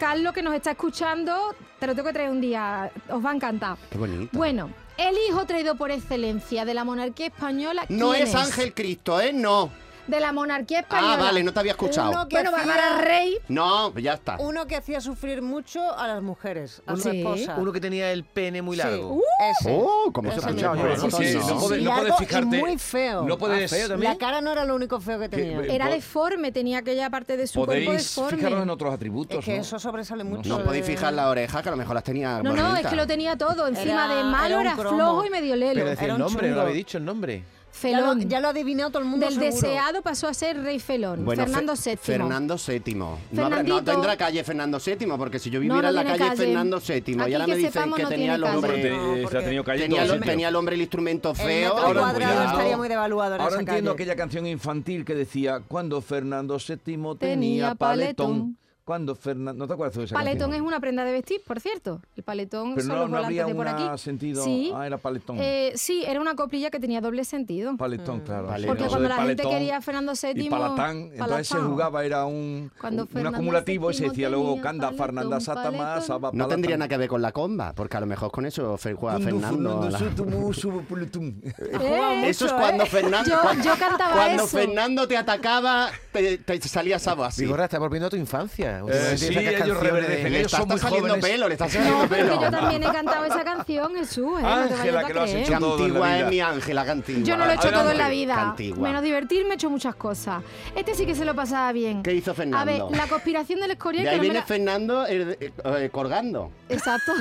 [SPEAKER 3] Carlos, que nos está escuchando, te lo tengo que traer un día. Os va a encantar.
[SPEAKER 2] Qué bonito.
[SPEAKER 3] Bueno, el hijo traído por excelencia de la monarquía española.
[SPEAKER 2] no
[SPEAKER 3] ¿quién
[SPEAKER 2] es Ángel Cristo, ¿eh? No.
[SPEAKER 3] De la monarquía española.
[SPEAKER 2] Ah, vale, no te había escuchado.
[SPEAKER 5] Uno que
[SPEAKER 3] Bueno, Bárbara
[SPEAKER 5] hacía-
[SPEAKER 3] Rey.
[SPEAKER 2] No, ya está.
[SPEAKER 5] Uno que hacía sufrir mucho a las mujeres, a su
[SPEAKER 3] Sí.
[SPEAKER 5] esposa.
[SPEAKER 4] Uno que tenía el pene muy
[SPEAKER 5] Sí,
[SPEAKER 4] largo.
[SPEAKER 5] ese.
[SPEAKER 2] Oh, ¿cómo se
[SPEAKER 5] Ese me
[SPEAKER 2] escuchaba yo
[SPEAKER 5] acuerdo.
[SPEAKER 2] eso?
[SPEAKER 1] Sí,
[SPEAKER 2] Sí,
[SPEAKER 1] no,
[SPEAKER 2] sí,
[SPEAKER 1] puedes-
[SPEAKER 5] sí,
[SPEAKER 1] no
[SPEAKER 5] largo
[SPEAKER 1] puedes
[SPEAKER 5] y
[SPEAKER 1] fijarte.
[SPEAKER 5] muy feo.
[SPEAKER 1] No puedes.
[SPEAKER 4] Ah, feo también.
[SPEAKER 5] La cara no era lo único feo que tenía.
[SPEAKER 1] ve-
[SPEAKER 3] Era
[SPEAKER 1] po-
[SPEAKER 3] deforme, tenía aquella parte de su cuerpo
[SPEAKER 1] Podéis
[SPEAKER 3] deforme.
[SPEAKER 1] fijaros en otros atributos.
[SPEAKER 5] Es que
[SPEAKER 1] ¿no?
[SPEAKER 5] eso sobresale mucho.
[SPEAKER 2] No
[SPEAKER 5] de-
[SPEAKER 2] podéis fijar la oreja, que a lo mejor las
[SPEAKER 1] Ah,
[SPEAKER 2] tenía
[SPEAKER 3] No, no, es
[SPEAKER 2] bonitas.
[SPEAKER 3] que lo tenía todo. Encima de malo
[SPEAKER 5] era un
[SPEAKER 3] era,
[SPEAKER 5] cromo.
[SPEAKER 3] flojo y medio lelo.
[SPEAKER 4] Pero decía
[SPEAKER 5] Era
[SPEAKER 4] el
[SPEAKER 5] un
[SPEAKER 4] nombre, no
[SPEAKER 5] chungo.
[SPEAKER 4] lo habéis dicho el nombre.
[SPEAKER 5] Ya lo,
[SPEAKER 3] felón.
[SPEAKER 5] ya lo ha adivinado todo el mundo.
[SPEAKER 3] Del
[SPEAKER 5] seguro.
[SPEAKER 3] deseado pasó a ser rey felón.
[SPEAKER 2] Bueno,
[SPEAKER 3] Fernando
[SPEAKER 2] Fe-
[SPEAKER 3] VII.
[SPEAKER 2] Fernando VII. No, habrá- no
[SPEAKER 3] Fernandito.
[SPEAKER 2] tendrá calle Fernando VII, porque si yo
[SPEAKER 3] No,
[SPEAKER 2] viviera
[SPEAKER 3] no
[SPEAKER 2] en la
[SPEAKER 3] tiene
[SPEAKER 2] calle,
[SPEAKER 3] calle.
[SPEAKER 2] Fernando VII, y
[SPEAKER 3] Aquí
[SPEAKER 2] ahora
[SPEAKER 3] que
[SPEAKER 2] me dicen
[SPEAKER 3] sepamos
[SPEAKER 2] que
[SPEAKER 3] no
[SPEAKER 2] tenía el
[SPEAKER 3] tiene
[SPEAKER 1] Pero
[SPEAKER 2] hombre.
[SPEAKER 1] te-
[SPEAKER 5] No,
[SPEAKER 1] eh, se ha
[SPEAKER 5] porque
[SPEAKER 1] tenido calle en
[SPEAKER 2] Tenía,
[SPEAKER 1] todos
[SPEAKER 2] el,
[SPEAKER 1] sitios.
[SPEAKER 2] tenía el hombre el instrumento
[SPEAKER 5] El
[SPEAKER 2] feo.
[SPEAKER 5] metro
[SPEAKER 2] ahora
[SPEAKER 5] cuadrado
[SPEAKER 2] cuidado.
[SPEAKER 5] estaría muy devaluado en
[SPEAKER 1] Ahora
[SPEAKER 5] esa
[SPEAKER 1] entiendo
[SPEAKER 5] calle.
[SPEAKER 1] aquella canción infantil que decía cuando Fernando VII tenía,
[SPEAKER 3] Tenía
[SPEAKER 1] paletón.
[SPEAKER 3] paletón.
[SPEAKER 1] Cuando Fernando, ¿no te acuerdas de esa
[SPEAKER 3] Paletón es
[SPEAKER 1] canción?
[SPEAKER 3] una prenda de vestir, por cierto. El paletón
[SPEAKER 1] Pero
[SPEAKER 3] son
[SPEAKER 1] no-
[SPEAKER 3] los
[SPEAKER 1] no
[SPEAKER 3] volantes
[SPEAKER 1] había
[SPEAKER 3] de por
[SPEAKER 1] una
[SPEAKER 3] aquí.
[SPEAKER 1] sentido-
[SPEAKER 3] Sí.
[SPEAKER 1] ah, era paletón.
[SPEAKER 3] Eh, sí, era una coplilla que tenía doble sentido.
[SPEAKER 1] Paletón, claro.
[SPEAKER 2] Porque
[SPEAKER 1] Eso
[SPEAKER 3] Porque
[SPEAKER 1] de
[SPEAKER 3] cuando la gente
[SPEAKER 1] paletón
[SPEAKER 3] quería a Fernando VII.
[SPEAKER 1] y palatán, entonces se
[SPEAKER 3] palatán.
[SPEAKER 1] jugaba era un,
[SPEAKER 3] Cuando
[SPEAKER 1] un
[SPEAKER 3] Fernando
[SPEAKER 1] acumulativo y se
[SPEAKER 3] VII
[SPEAKER 1] decía luego
[SPEAKER 3] tenía
[SPEAKER 1] canda
[SPEAKER 3] paletón,
[SPEAKER 1] Fernanda Sata
[SPEAKER 3] paletón.
[SPEAKER 1] más Saba,
[SPEAKER 2] No
[SPEAKER 1] palatán.
[SPEAKER 2] tendría nada que ver con la comba, porque a lo mejor con eso fe- juega
[SPEAKER 1] Tundu,
[SPEAKER 2] Fernando. a
[SPEAKER 1] Fernando
[SPEAKER 2] la-
[SPEAKER 1] Soto, mu, subo, pulutum.
[SPEAKER 3] Eh,
[SPEAKER 2] Eso es
[SPEAKER 3] ¿eh?
[SPEAKER 2] cuando Fernando.
[SPEAKER 3] Yo, yo cantaba
[SPEAKER 2] Cuando
[SPEAKER 3] eso.
[SPEAKER 2] Fernando te atacaba, te, te salía sabo así. Eh,
[SPEAKER 4] Vigorra, estás volviendo a tu infancia.
[SPEAKER 1] Eh,
[SPEAKER 4] Últimamente
[SPEAKER 1] sí,
[SPEAKER 4] sacas
[SPEAKER 1] ellos
[SPEAKER 4] canciones
[SPEAKER 1] reverencian.
[SPEAKER 4] de-
[SPEAKER 2] Le
[SPEAKER 1] ellos
[SPEAKER 2] está
[SPEAKER 1] son muy
[SPEAKER 2] saliendo
[SPEAKER 1] jóvenes.
[SPEAKER 2] pelo, le está saliendo
[SPEAKER 3] No, pero
[SPEAKER 2] pelo.
[SPEAKER 3] que yo también he cantado esa canción, Jesús. ¿eh? No te
[SPEAKER 1] Ah, Ángela,
[SPEAKER 3] vayas a
[SPEAKER 1] que lo has
[SPEAKER 3] creer.
[SPEAKER 1] hecho
[SPEAKER 2] Qué
[SPEAKER 1] todo en la
[SPEAKER 2] antigua
[SPEAKER 1] vida.
[SPEAKER 2] es mi Ángela, qué antigua.
[SPEAKER 3] Yo no lo he hecho
[SPEAKER 1] Adelante.
[SPEAKER 3] todo en la vida.
[SPEAKER 2] Qué antigua.
[SPEAKER 3] Menos divertirme, he hecho muchas cosas. Este sí que se lo pasaba bien.
[SPEAKER 2] ¿Qué hizo Fernando?
[SPEAKER 3] A ver, la conspiración del escorial.
[SPEAKER 2] De
[SPEAKER 3] que
[SPEAKER 2] ahí
[SPEAKER 3] no me
[SPEAKER 2] viene
[SPEAKER 3] la-
[SPEAKER 2] Fernando eh, eh, eh, colgando,
[SPEAKER 3] Exacto.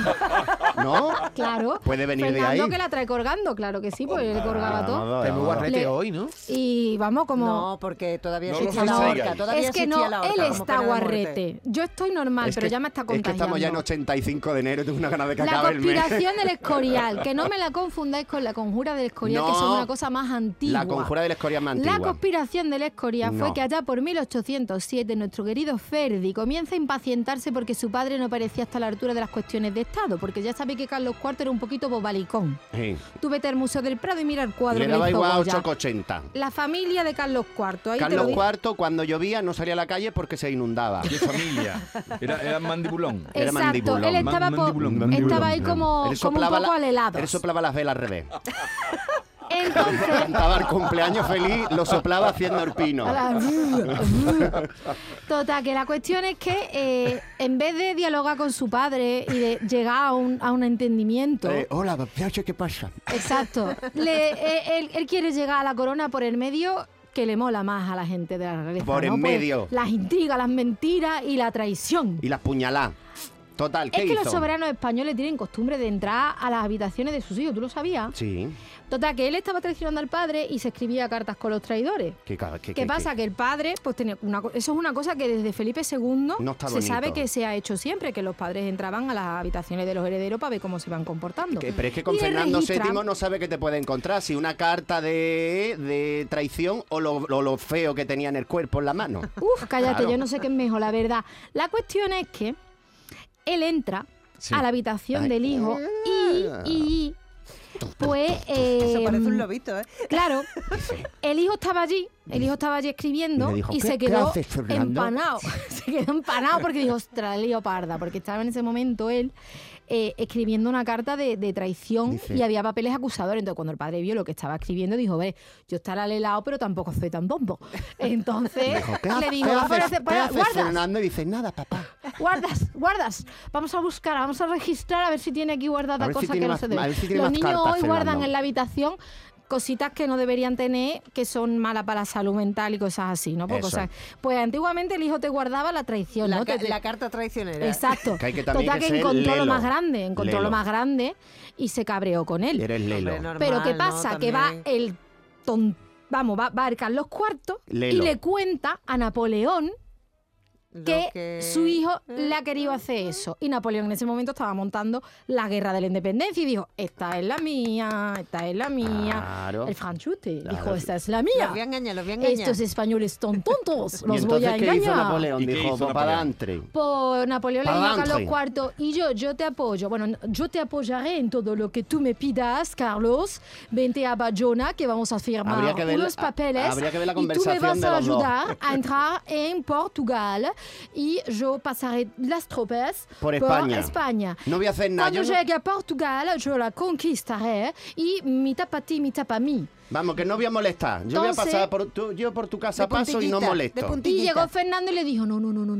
[SPEAKER 2] ¿no?
[SPEAKER 3] claro.
[SPEAKER 2] Puede venir de
[SPEAKER 3] Fernando
[SPEAKER 2] ahí.
[SPEAKER 3] que la trae colgando, claro que sí, pues él colgaba todo.
[SPEAKER 4] Está muy guarrete
[SPEAKER 3] Le-
[SPEAKER 4] hoy, ¿no?
[SPEAKER 3] Y vamos, como. Este
[SPEAKER 5] No, porque todavía
[SPEAKER 1] No lo
[SPEAKER 5] existía la
[SPEAKER 1] consigáis.
[SPEAKER 5] horca. Todavía
[SPEAKER 3] es que
[SPEAKER 5] existía
[SPEAKER 3] no,
[SPEAKER 5] la horca,
[SPEAKER 3] él
[SPEAKER 5] como
[SPEAKER 3] está
[SPEAKER 5] pena de muerte.
[SPEAKER 3] guarrete. Yo estoy normal,
[SPEAKER 2] Es
[SPEAKER 3] pero
[SPEAKER 2] que-
[SPEAKER 3] ya me está
[SPEAKER 2] Es que
[SPEAKER 3] contagiando.
[SPEAKER 2] estamos ya en 85 de enero, tengo una ganas de que
[SPEAKER 3] La
[SPEAKER 2] acabe el mes.
[SPEAKER 3] conspiración del escorial, que no me la confundáis con la conjura del escorial, que
[SPEAKER 2] No.
[SPEAKER 3] son una cosa más antigua.
[SPEAKER 2] La conjura del escoria es más
[SPEAKER 3] La
[SPEAKER 2] antigua.
[SPEAKER 3] conspiración del Escoria
[SPEAKER 2] No.
[SPEAKER 3] fue que allá por 1807 nuestro querido Ferdi comienza a impacientarse porque su padre no parecía hasta la altura de las cuestiones de Estado, porque ya sabéis que Carlos IV era un poquito bobalicón.
[SPEAKER 2] Sí.
[SPEAKER 3] Tú vete al Museo del Prado y mira el cuadro
[SPEAKER 2] Le
[SPEAKER 3] que
[SPEAKER 2] daba
[SPEAKER 3] hizo
[SPEAKER 2] igual
[SPEAKER 3] Goya.
[SPEAKER 2] 8,80.
[SPEAKER 3] La familia de Carlos IV, ahí te lo
[SPEAKER 2] Carlos
[SPEAKER 3] digo.
[SPEAKER 2] IV, cuando llovía, no salía a la calle porque se inundaba.
[SPEAKER 1] Qué familia. Era, era mandibulón.
[SPEAKER 2] era
[SPEAKER 3] Exacto,
[SPEAKER 2] mandibulón.
[SPEAKER 3] él estaba,
[SPEAKER 1] Man-
[SPEAKER 3] po-
[SPEAKER 1] mandibulón,
[SPEAKER 3] estaba ahí
[SPEAKER 1] mandibulón.
[SPEAKER 3] como,
[SPEAKER 2] Él
[SPEAKER 3] como un
[SPEAKER 2] soplaba
[SPEAKER 3] poco
[SPEAKER 2] la-
[SPEAKER 3] alelado.
[SPEAKER 2] Él soplaba las velas al revés.
[SPEAKER 3] Entonces,
[SPEAKER 2] Cantaba el cumpleaños feliz, lo soplaba haciendo el pino.
[SPEAKER 3] Ala, Total, que la cuestión es que eh, en vez de dialogar con su padre y de llegar a un, a un entendimiento,
[SPEAKER 2] Eh, hola, muchacho, ¿qué pasa?
[SPEAKER 3] exacto, le- eh, él, él quiere llegar a la corona por el medio que le mola más a la gente de la realeza.
[SPEAKER 2] Por en
[SPEAKER 3] ¿no? Pues,
[SPEAKER 2] medio.
[SPEAKER 3] las intrigas, las mentiras y la traición.
[SPEAKER 2] Y la puñalá. Total,
[SPEAKER 3] Es
[SPEAKER 2] ¿qué
[SPEAKER 3] que
[SPEAKER 2] hizo?
[SPEAKER 3] los soberanos españoles tienen costumbre de entrar a las habitaciones de sus hijos, ¿tú lo sabías?
[SPEAKER 2] Sí,
[SPEAKER 3] Total, que él estaba traicionando al padre y se escribía cartas con los traidores.
[SPEAKER 2] ¿qué, ca- qué,
[SPEAKER 3] ¿Qué
[SPEAKER 2] qué-
[SPEAKER 3] pasa? Que el padre, pues tenía una co- eso es una cosa que desde Felipe II
[SPEAKER 2] No está
[SPEAKER 3] se
[SPEAKER 2] bonito.
[SPEAKER 3] sabe que se ha hecho siempre, que los padres entraban a las habitaciones de los herederos para ver cómo se van comportando.
[SPEAKER 2] Que- pero es que con
[SPEAKER 3] Y él
[SPEAKER 2] Fernando
[SPEAKER 3] registra-
[SPEAKER 2] VII no sabe qué te puede encontrar, si una carta de, de traición o lo, lo- lo feo que tenía en el cuerpo, en la mano.
[SPEAKER 3] Uf, cállate,
[SPEAKER 2] Claro.
[SPEAKER 3] yo no sé qué es mejor, la verdad. La cuestión es que él entra
[SPEAKER 1] Sí.
[SPEAKER 3] a la habitación
[SPEAKER 2] Ay.
[SPEAKER 3] del hijo y, y pues eh,
[SPEAKER 5] Eso parece un lobito, ¿eh?
[SPEAKER 3] Claro, el hijo estaba allí, el hijo estaba allí
[SPEAKER 2] Y
[SPEAKER 3] escribiendo
[SPEAKER 2] le
[SPEAKER 3] y,
[SPEAKER 2] dijo,
[SPEAKER 3] se
[SPEAKER 2] "¿Qué- qué
[SPEAKER 3] quedó
[SPEAKER 2] haces, Fernando?"
[SPEAKER 3] empanado. Se quedó empanado porque dijo, ostras, lío parda, porque estaba en ese momento él eh, escribiendo una carta de, de traición
[SPEAKER 2] Dice-
[SPEAKER 3] y había papeles acusadores. Entonces, cuando el padre vio lo que estaba escribiendo, dijo, ve, yo estaré alelado, pero tampoco soy tan bombo. Entonces,
[SPEAKER 2] Dijo, ¿qué, ha-
[SPEAKER 3] le dijo,
[SPEAKER 2] qué
[SPEAKER 3] "Va,
[SPEAKER 2] haces,
[SPEAKER 3] parece-
[SPEAKER 2] qué
[SPEAKER 3] para-
[SPEAKER 2] haces,
[SPEAKER 3] guardas,
[SPEAKER 2] Fernando? Y dice, nada, papá.
[SPEAKER 3] guardas, guardas. Vamos a buscar, vamos a registrar a ver si tiene aquí
[SPEAKER 2] A
[SPEAKER 3] guardada
[SPEAKER 2] ver si
[SPEAKER 3] cosa
[SPEAKER 2] tiene
[SPEAKER 3] que no
[SPEAKER 2] más-
[SPEAKER 3] se
[SPEAKER 2] a
[SPEAKER 3] debe.
[SPEAKER 2] ver si tiene
[SPEAKER 3] Los
[SPEAKER 2] más
[SPEAKER 3] niños
[SPEAKER 2] cartas,
[SPEAKER 3] hoy guardan
[SPEAKER 2] Fernando.
[SPEAKER 3] en la habitación cositas que no deberían tener, que son malas para la salud mental y cosas así, ¿no? Pues,
[SPEAKER 2] Eso.
[SPEAKER 3] cosas- pues antiguamente el hijo te guardaba la traición,
[SPEAKER 5] La,
[SPEAKER 3] ¿no?
[SPEAKER 5] ca-
[SPEAKER 3] Te- te-
[SPEAKER 5] la carta traicionera.
[SPEAKER 3] Exacto.
[SPEAKER 2] Que hay que también
[SPEAKER 3] Total
[SPEAKER 2] que
[SPEAKER 3] que,
[SPEAKER 2] ser
[SPEAKER 3] encontró
[SPEAKER 2] lelo.
[SPEAKER 3] lo más grande, encontró
[SPEAKER 2] Lelo.
[SPEAKER 3] lo más grande y se cabreó con él.
[SPEAKER 2] Eres
[SPEAKER 5] Hombre,
[SPEAKER 2] Lelo.
[SPEAKER 5] normal,
[SPEAKER 3] Pero ¿qué
[SPEAKER 5] ¿no?
[SPEAKER 3] pasa? Que va
[SPEAKER 5] También.
[SPEAKER 3] el ton- Vamos, va, va el Carlos IV y
[SPEAKER 2] Lelo.
[SPEAKER 3] le cuenta a Napoleón
[SPEAKER 5] Lo
[SPEAKER 3] que, su hijo
[SPEAKER 5] eh,
[SPEAKER 3] le ha querido hacer eso. Y Napoleón en ese momento estaba montando la guerra de la independencia y dijo, esta es la mía, esta es la mía.
[SPEAKER 2] Claro.
[SPEAKER 3] El franchute dijo,
[SPEAKER 2] Claro.
[SPEAKER 3] esta es la
[SPEAKER 5] Los voy a
[SPEAKER 3] mía.
[SPEAKER 5] engañar, los voy a engañar.
[SPEAKER 3] Estos españoles son tontos,
[SPEAKER 2] ¿Y
[SPEAKER 3] los voy a
[SPEAKER 2] entonces qué hizo
[SPEAKER 3] engañar.
[SPEAKER 2] Napoleón?
[SPEAKER 1] ¿Y qué
[SPEAKER 2] Dijo,
[SPEAKER 1] hizo
[SPEAKER 2] papá,
[SPEAKER 1] Napoleón?
[SPEAKER 2] dantre.
[SPEAKER 3] Pues Napoleón le dijo a
[SPEAKER 2] Avantre.
[SPEAKER 3] Carlos IV, y yo, yo te apoyo. Bueno, yo te apoyaré en todo lo que tú me pidas, Carlos. Vente a Bayona, que vamos a
[SPEAKER 2] Habría
[SPEAKER 3] firmar
[SPEAKER 2] que ver-
[SPEAKER 3] unos papeles.
[SPEAKER 2] habría que ver la
[SPEAKER 3] y tú me
[SPEAKER 2] conversación
[SPEAKER 3] vas
[SPEAKER 2] de
[SPEAKER 3] a
[SPEAKER 2] los dos.
[SPEAKER 3] ayudar a entrar en Portugal. Y yo pasaré las tropas
[SPEAKER 2] Por España.
[SPEAKER 3] España.
[SPEAKER 2] No voy a hacer nada.
[SPEAKER 3] Cuando
[SPEAKER 2] yo no-
[SPEAKER 3] llegue a Portugal, yo la conquistaré. Y mitad para ti, mitad para mí.
[SPEAKER 2] Vamos, que no voy a molestar. Yo voy a
[SPEAKER 3] Entonces-
[SPEAKER 2] pasar por tu, yo por tu casa
[SPEAKER 5] De
[SPEAKER 2] paso y
[SPEAKER 5] puntillita,
[SPEAKER 2] no
[SPEAKER 5] de
[SPEAKER 2] molesto.
[SPEAKER 5] punti-
[SPEAKER 3] Y
[SPEAKER 5] Puntillita.
[SPEAKER 3] llegó Fernando y le dijo, no, no, no, no,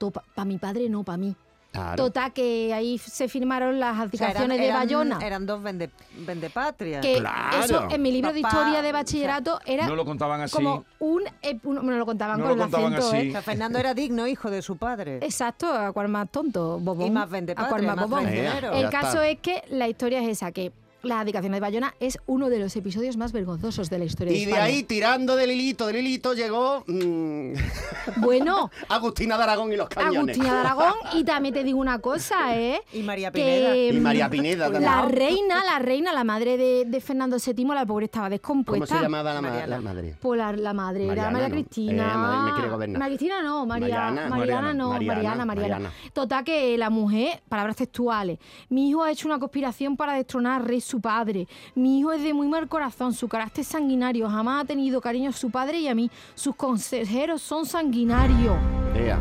[SPEAKER 3] no. Para mi padre, no, para mí.
[SPEAKER 2] Claro.
[SPEAKER 3] Total, que ahí f- se firmaron las
[SPEAKER 5] O sea, eran-
[SPEAKER 3] abdicaciones
[SPEAKER 5] eran-
[SPEAKER 3] de Bayona.
[SPEAKER 5] Eran dos vende, vendepatrias.
[SPEAKER 3] que
[SPEAKER 2] Claro.
[SPEAKER 3] eso en mi libro de
[SPEAKER 5] Papá,
[SPEAKER 3] historia de bachillerato era
[SPEAKER 1] No lo contaban así.
[SPEAKER 3] como un, eh, un- bueno, lo contaban
[SPEAKER 1] No
[SPEAKER 3] con
[SPEAKER 1] lo
[SPEAKER 3] el
[SPEAKER 1] contaban
[SPEAKER 3] acento,
[SPEAKER 1] así.
[SPEAKER 5] O
[SPEAKER 3] ¿eh?
[SPEAKER 5] sea, Fernando era digno hijo de su padre.
[SPEAKER 3] Exacto, a cual más tonto, bobón.
[SPEAKER 5] y más
[SPEAKER 3] a cual
[SPEAKER 5] vendepatria,
[SPEAKER 3] más
[SPEAKER 5] más
[SPEAKER 3] bobón.
[SPEAKER 5] traicionero.
[SPEAKER 2] Eh,
[SPEAKER 3] El
[SPEAKER 2] Ya está.
[SPEAKER 3] caso es que la historia es esa, que las abdicaciones de Bayona es uno de los episodios más vergonzosos de la historia de
[SPEAKER 2] Y de
[SPEAKER 3] España.
[SPEAKER 2] ahí, tirando del hilito, del hilito, llegó mm,
[SPEAKER 3] Bueno,
[SPEAKER 2] Agustina de Aragón y los cañones.
[SPEAKER 3] Agustina de Aragón, y también te digo una cosa, ¿eh?
[SPEAKER 5] Y María Pineda.
[SPEAKER 3] Que,
[SPEAKER 2] Y María
[SPEAKER 3] mm,
[SPEAKER 2] Pineda también.
[SPEAKER 3] La reina, la reina, la madre de, de Fernando VII, la pobre estaba
[SPEAKER 2] ¿Cómo
[SPEAKER 3] descompuesta.
[SPEAKER 2] se llamaba la, ma-
[SPEAKER 5] Mariana.
[SPEAKER 2] la madre?
[SPEAKER 3] Pues la, la madre era
[SPEAKER 2] Mariana,
[SPEAKER 3] María
[SPEAKER 2] ¿no?
[SPEAKER 3] Cristina.
[SPEAKER 2] Eh, madre, me quiere gobernar.
[SPEAKER 3] María Cristina no, María,
[SPEAKER 2] Mariana,
[SPEAKER 3] Mariana,
[SPEAKER 2] Mariana,
[SPEAKER 3] no, Mariana,
[SPEAKER 2] Mariana,
[SPEAKER 3] Mariana,
[SPEAKER 2] Mariana.
[SPEAKER 3] Total que la mujer, palabras textuales, mi hijo ha hecho una conspiración para destronar al rey su padre. Mi hijo es de muy mal corazón, su carácter es sanguinario, jamás ha tenido cariño a su padre y a mí. Sus consejeros son sanguinarios.
[SPEAKER 2] Ea.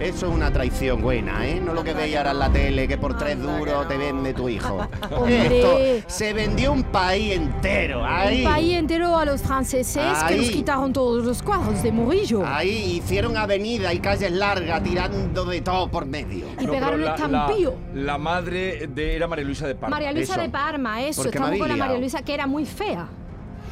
[SPEAKER 2] Eso es una traición buena, ¿eh? No lo que veía ahora en la tele, que por tres
[SPEAKER 5] Anda que
[SPEAKER 2] duros te
[SPEAKER 5] no.
[SPEAKER 2] vende tu hijo.
[SPEAKER 3] Hombre.
[SPEAKER 2] Esto se vendió un país entero. Ahí.
[SPEAKER 3] El país entero a los franceses que
[SPEAKER 2] Ahí. Ah,
[SPEAKER 3] nos quitaron todos los cuadros de Murillo.
[SPEAKER 2] Ahí hicieron avenida y calles largas tirando de todo por medio.
[SPEAKER 3] Y
[SPEAKER 1] No, pero
[SPEAKER 3] pegaron el
[SPEAKER 1] la-
[SPEAKER 3] estampillo.
[SPEAKER 1] La, la madre de, era María Luisa de Parma.
[SPEAKER 3] María Luisa
[SPEAKER 2] eso.
[SPEAKER 3] de Parma, eso.
[SPEAKER 2] Porque me
[SPEAKER 3] Estamos
[SPEAKER 2] habéis
[SPEAKER 3] con la María
[SPEAKER 2] liado.
[SPEAKER 3] Luisa que era muy fea.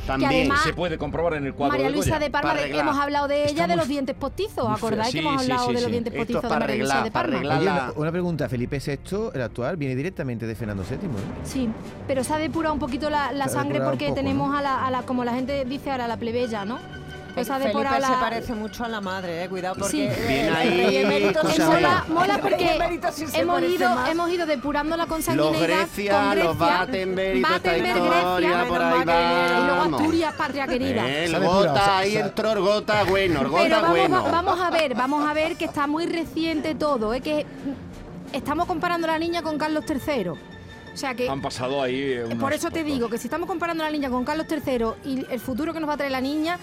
[SPEAKER 2] También.
[SPEAKER 3] además-
[SPEAKER 1] Se puede comprobar en el cuadro
[SPEAKER 3] María
[SPEAKER 1] de Goya.
[SPEAKER 3] Luisa de Parma,
[SPEAKER 2] Para
[SPEAKER 3] de-
[SPEAKER 2] arreglar.
[SPEAKER 3] hemos hablado de
[SPEAKER 2] Está
[SPEAKER 3] ella, de
[SPEAKER 2] muy
[SPEAKER 3] los
[SPEAKER 2] fe-
[SPEAKER 3] dientes postizos.
[SPEAKER 1] Sí,
[SPEAKER 3] ¿Acordáis que hemos
[SPEAKER 1] sí, sí,
[SPEAKER 3] hablado de los
[SPEAKER 1] sí.
[SPEAKER 3] dientes
[SPEAKER 2] Esto es
[SPEAKER 3] postizos de
[SPEAKER 2] para
[SPEAKER 3] María Luisa
[SPEAKER 2] arreglar,
[SPEAKER 3] de
[SPEAKER 2] para
[SPEAKER 3] Parma?
[SPEAKER 2] arreglar.
[SPEAKER 4] Oye,
[SPEAKER 2] la-
[SPEAKER 4] una, una pregunta. Felipe VI, el actual, viene directamente de Fernando VII. ¿eh?
[SPEAKER 3] Sí, pero se ha depurado un poquito la, la
[SPEAKER 4] Se ha
[SPEAKER 3] sangre
[SPEAKER 4] depurado un
[SPEAKER 3] porque
[SPEAKER 4] poco,
[SPEAKER 3] tenemos
[SPEAKER 4] ¿no?
[SPEAKER 3] a, la, a la, como la gente dice ahora, a la plebeya, ¿no? Pues se ha
[SPEAKER 5] Felipe
[SPEAKER 3] depurado
[SPEAKER 5] se
[SPEAKER 3] la...
[SPEAKER 5] parece mucho a la madre, eh, cuidado porque...
[SPEAKER 3] Sí.
[SPEAKER 2] Bien
[SPEAKER 5] el
[SPEAKER 2] ahí,
[SPEAKER 5] rey emérito
[SPEAKER 3] Eh,
[SPEAKER 5] sí se-
[SPEAKER 2] escúchame.
[SPEAKER 3] mola, mola
[SPEAKER 5] el rey
[SPEAKER 3] porque
[SPEAKER 5] emérito sí se
[SPEAKER 3] hemos
[SPEAKER 5] parece
[SPEAKER 3] ido,
[SPEAKER 5] más.
[SPEAKER 3] hemos ido depurando la
[SPEAKER 2] Los
[SPEAKER 3] consanguineidad
[SPEAKER 2] Grecia,
[SPEAKER 3] con Grecia,
[SPEAKER 2] los Battenberg y toda esta
[SPEAKER 3] Battenberg,
[SPEAKER 2] historia,
[SPEAKER 3] Grecia,
[SPEAKER 2] por
[SPEAKER 5] menos
[SPEAKER 2] ahí
[SPEAKER 5] mal que
[SPEAKER 2] va. Eh,
[SPEAKER 5] vinieron.
[SPEAKER 3] y luego Asturias, patria querida.
[SPEAKER 2] El
[SPEAKER 4] Sabe pura,
[SPEAKER 2] gota,
[SPEAKER 4] sa-
[SPEAKER 2] ahí
[SPEAKER 4] sa-
[SPEAKER 2] entró el gota bueno, el
[SPEAKER 3] Pero
[SPEAKER 2] gota
[SPEAKER 3] vamos,
[SPEAKER 2] bueno.
[SPEAKER 3] va- vamos a ver, vamos a ver que está muy reciente todo, ¿eh? que estamos comparando a la niña con Carlos III. O sea que
[SPEAKER 1] Han pasado ahí. eh, unas
[SPEAKER 3] Por eso te
[SPEAKER 1] pocas.
[SPEAKER 3] digo que si estamos comparando a la niña con Carlos III y el futuro que nos va a traer la niña,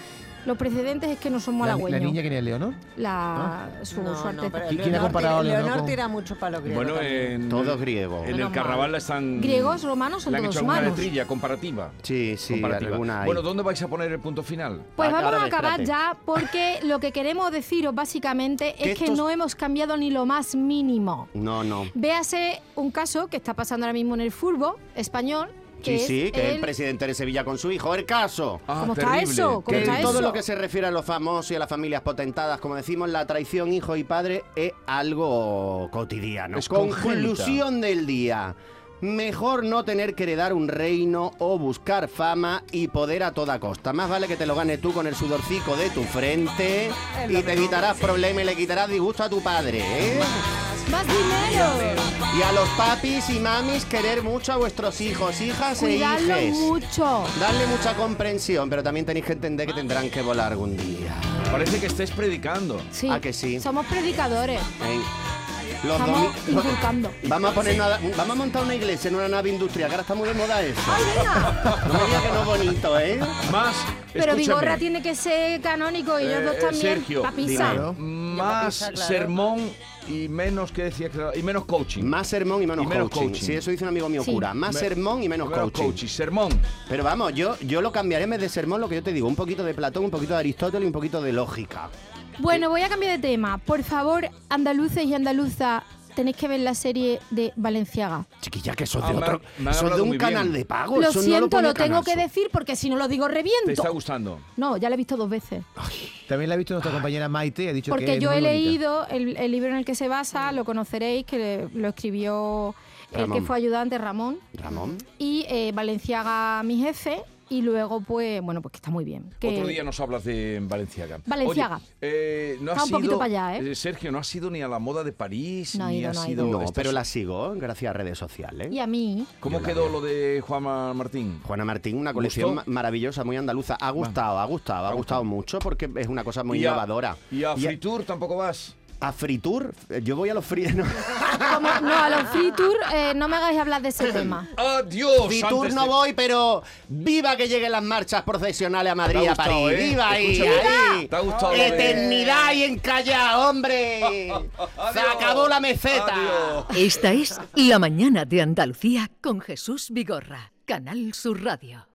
[SPEAKER 3] los precedentes es que no somos
[SPEAKER 4] La, la
[SPEAKER 3] halagüeños.
[SPEAKER 4] niña que ¿Ah? era Leonor.
[SPEAKER 3] La, su,
[SPEAKER 5] No,
[SPEAKER 3] su
[SPEAKER 5] no,
[SPEAKER 3] arteza.
[SPEAKER 5] pero
[SPEAKER 4] ¿Qui- quién ha
[SPEAKER 5] Leonor tira-
[SPEAKER 4] comparado a Leonor
[SPEAKER 5] Leonor
[SPEAKER 4] con-
[SPEAKER 5] tira mucho para lo griego
[SPEAKER 1] Bueno, eh,
[SPEAKER 5] también.
[SPEAKER 1] en,
[SPEAKER 2] Todos griegos.
[SPEAKER 1] en el
[SPEAKER 5] Menos
[SPEAKER 1] carnaval
[SPEAKER 5] mal.
[SPEAKER 1] la están.
[SPEAKER 3] Griegos, romanos, son
[SPEAKER 1] Le han
[SPEAKER 3] todos
[SPEAKER 1] hecho alguna
[SPEAKER 3] humanos.
[SPEAKER 1] letrilla comparativa.
[SPEAKER 2] Sí, sí,
[SPEAKER 1] comparativa.
[SPEAKER 2] alguna hay.
[SPEAKER 1] Bueno, ¿dónde vais a poner el punto final?
[SPEAKER 3] Pues
[SPEAKER 2] Ah,
[SPEAKER 3] vamos
[SPEAKER 2] ahora
[SPEAKER 3] a
[SPEAKER 2] ve,
[SPEAKER 3] acabar
[SPEAKER 2] espérate.
[SPEAKER 3] ya porque lo que queremos deciros básicamente
[SPEAKER 2] Que
[SPEAKER 3] es que
[SPEAKER 2] estos-
[SPEAKER 3] no hemos cambiado ni lo más mínimo.
[SPEAKER 2] No, no.
[SPEAKER 3] Véase un caso que está pasando ahora mismo en el fútbol español.
[SPEAKER 2] Sí,
[SPEAKER 3] Que es
[SPEAKER 2] sí, que es el
[SPEAKER 3] el-
[SPEAKER 2] presidente de Sevilla con su hijo. El caso.
[SPEAKER 1] Ah,
[SPEAKER 3] ¿Cómo está
[SPEAKER 1] terrible.
[SPEAKER 3] eso? ¿Cómo
[SPEAKER 2] Que
[SPEAKER 3] está
[SPEAKER 2] todo
[SPEAKER 3] eso?
[SPEAKER 2] lo que se refiere a los famosos y a las familias potentadas, como decimos, la traición hijo y padre es algo cotidiano.
[SPEAKER 1] Es
[SPEAKER 2] Conclusión del día. Mejor no tener que heredar un reino o buscar fama y poder a toda costa. Más vale que te lo ganes tú con el sudorcico de tu frente y te evitarás problemas y le quitarás disgusto a tu padre. ¿eh?
[SPEAKER 3] ¡Más dinero!
[SPEAKER 2] Y a los papis y mamis querer mucho a vuestros hijos, hijas e
[SPEAKER 3] Cuidadlo
[SPEAKER 2] hijes.
[SPEAKER 3] mucho.
[SPEAKER 2] Darle mucha comprensión, pero también tenéis que entender que tendrán que volar algún día.
[SPEAKER 1] Parece que estés predicando.
[SPEAKER 3] Sí.
[SPEAKER 2] ¿A que sí?
[SPEAKER 3] Somos predicadores.
[SPEAKER 2] Ey, Los
[SPEAKER 3] Estamos
[SPEAKER 2] domi- los-
[SPEAKER 3] inculcando.
[SPEAKER 2] Vamos a poner nada- vamos a montar una iglesia en una nave industrial, que ahora está muy de moda eso.
[SPEAKER 3] ¡Ay, venga!
[SPEAKER 2] No digas que no es bonito, ¿eh?
[SPEAKER 1] Más.
[SPEAKER 3] Pero
[SPEAKER 1] escúchame,
[SPEAKER 3] Vigorra tiene que ser canónico y ellos
[SPEAKER 1] eh,
[SPEAKER 3] dos también.
[SPEAKER 1] Sergio,
[SPEAKER 3] papisa.
[SPEAKER 4] Claro.
[SPEAKER 1] Más
[SPEAKER 5] Yo papisa, claro.
[SPEAKER 1] sermón y menos que decía que- y menos coaching.
[SPEAKER 2] Más sermón y menos,
[SPEAKER 1] Y menos coaching.
[SPEAKER 2] coaching. Sí, eso dice un amigo mío
[SPEAKER 3] Sí.
[SPEAKER 2] cura. Más
[SPEAKER 1] Me-
[SPEAKER 2] sermón y menos, coaching.
[SPEAKER 1] Sermón.
[SPEAKER 2] Pero vamos, yo, yo lo cambiaré en vez de sermón, lo que yo te digo, un poquito de Platón, un poquito de Aristóteles y un poquito de lógica.
[SPEAKER 3] Bueno, voy a cambiar de tema. Por favor, andaluces y andaluzas, tenéis que ver la serie de Valenciaga.
[SPEAKER 2] Chiquilla, que sos
[SPEAKER 1] Ah,
[SPEAKER 2] de
[SPEAKER 1] me ha-
[SPEAKER 2] otro.
[SPEAKER 1] me ha
[SPEAKER 2] sos de
[SPEAKER 1] hablado
[SPEAKER 2] un
[SPEAKER 1] muy bien.
[SPEAKER 2] canal de pago.
[SPEAKER 3] lo
[SPEAKER 2] eso no
[SPEAKER 3] siento,
[SPEAKER 2] pone
[SPEAKER 3] lo tengo
[SPEAKER 2] Canal
[SPEAKER 3] que
[SPEAKER 2] Sur.
[SPEAKER 3] decir porque si no lo digo
[SPEAKER 1] ¿Te está
[SPEAKER 3] reviento.
[SPEAKER 1] gustando?
[SPEAKER 3] No, ya la he visto dos veces.
[SPEAKER 4] También la ha visto nuestra compañera Maite y ha dicho que
[SPEAKER 3] Ah. Porque
[SPEAKER 4] es
[SPEAKER 3] yo
[SPEAKER 4] muy
[SPEAKER 3] he
[SPEAKER 4] bonita.
[SPEAKER 3] leído el, el libro en el que se basa, lo conoceréis, que lo escribió el que
[SPEAKER 2] Ramón.
[SPEAKER 3] fue ayudante, Ramón,
[SPEAKER 2] Ramón.
[SPEAKER 3] y eh, Valenciaga, mi jefe, y luego, pues, bueno, pues que está muy bien. Que-
[SPEAKER 1] Otro día nos hablas de Valenciaga.
[SPEAKER 3] Valenciaga.
[SPEAKER 1] Oye, eh, no
[SPEAKER 3] Está
[SPEAKER 1] has
[SPEAKER 3] un poquito
[SPEAKER 1] ido-
[SPEAKER 3] para allá, ¿eh?
[SPEAKER 1] Sergio, no ha sido ni a la moda de París,
[SPEAKER 3] No ha
[SPEAKER 1] ni
[SPEAKER 3] ido,
[SPEAKER 1] ha
[SPEAKER 3] no ha
[SPEAKER 1] sido.
[SPEAKER 3] ido.
[SPEAKER 2] No,
[SPEAKER 1] estás-
[SPEAKER 2] pero la sigo gracias a redes sociales.
[SPEAKER 1] ¿eh?
[SPEAKER 3] Y a mí,
[SPEAKER 1] ¿Cómo quedó lo de Juan Martín?
[SPEAKER 2] Juana Martín, una colección
[SPEAKER 1] ¿Gustó?
[SPEAKER 2] ma- maravillosa, muy andaluza. Ha gustado, ha gustado, ha gustado mucho porque es una cosa muy
[SPEAKER 1] Y a-
[SPEAKER 2] innovadora.
[SPEAKER 1] ¿Y a Fritur tampoco vas?
[SPEAKER 2] a Fritur, eh, yo voy a los Fritur. No,
[SPEAKER 3] como, no, a los free tour, eh, no me hagáis hablar de ese tema.
[SPEAKER 1] ¡Adiós!
[SPEAKER 2] Fritur
[SPEAKER 1] antes
[SPEAKER 2] no
[SPEAKER 1] de-
[SPEAKER 2] voy, pero viva que lleguen las marchas procesionales a
[SPEAKER 1] Te
[SPEAKER 2] Madrid,
[SPEAKER 1] ha
[SPEAKER 2] a
[SPEAKER 1] gustado,
[SPEAKER 2] París.
[SPEAKER 1] ¿eh?
[SPEAKER 2] Viva ahí,
[SPEAKER 1] Escúchame,
[SPEAKER 2] ahí.
[SPEAKER 1] te ha gustado lo de-
[SPEAKER 2] Eternidad ahí en Callao, hombre. Se
[SPEAKER 1] Adiós,
[SPEAKER 2] acabó la meseta.
[SPEAKER 1] adiós.
[SPEAKER 7] Esta es La Mañana de Andalucía con Jesús Vigorra, Canal Sur Radio.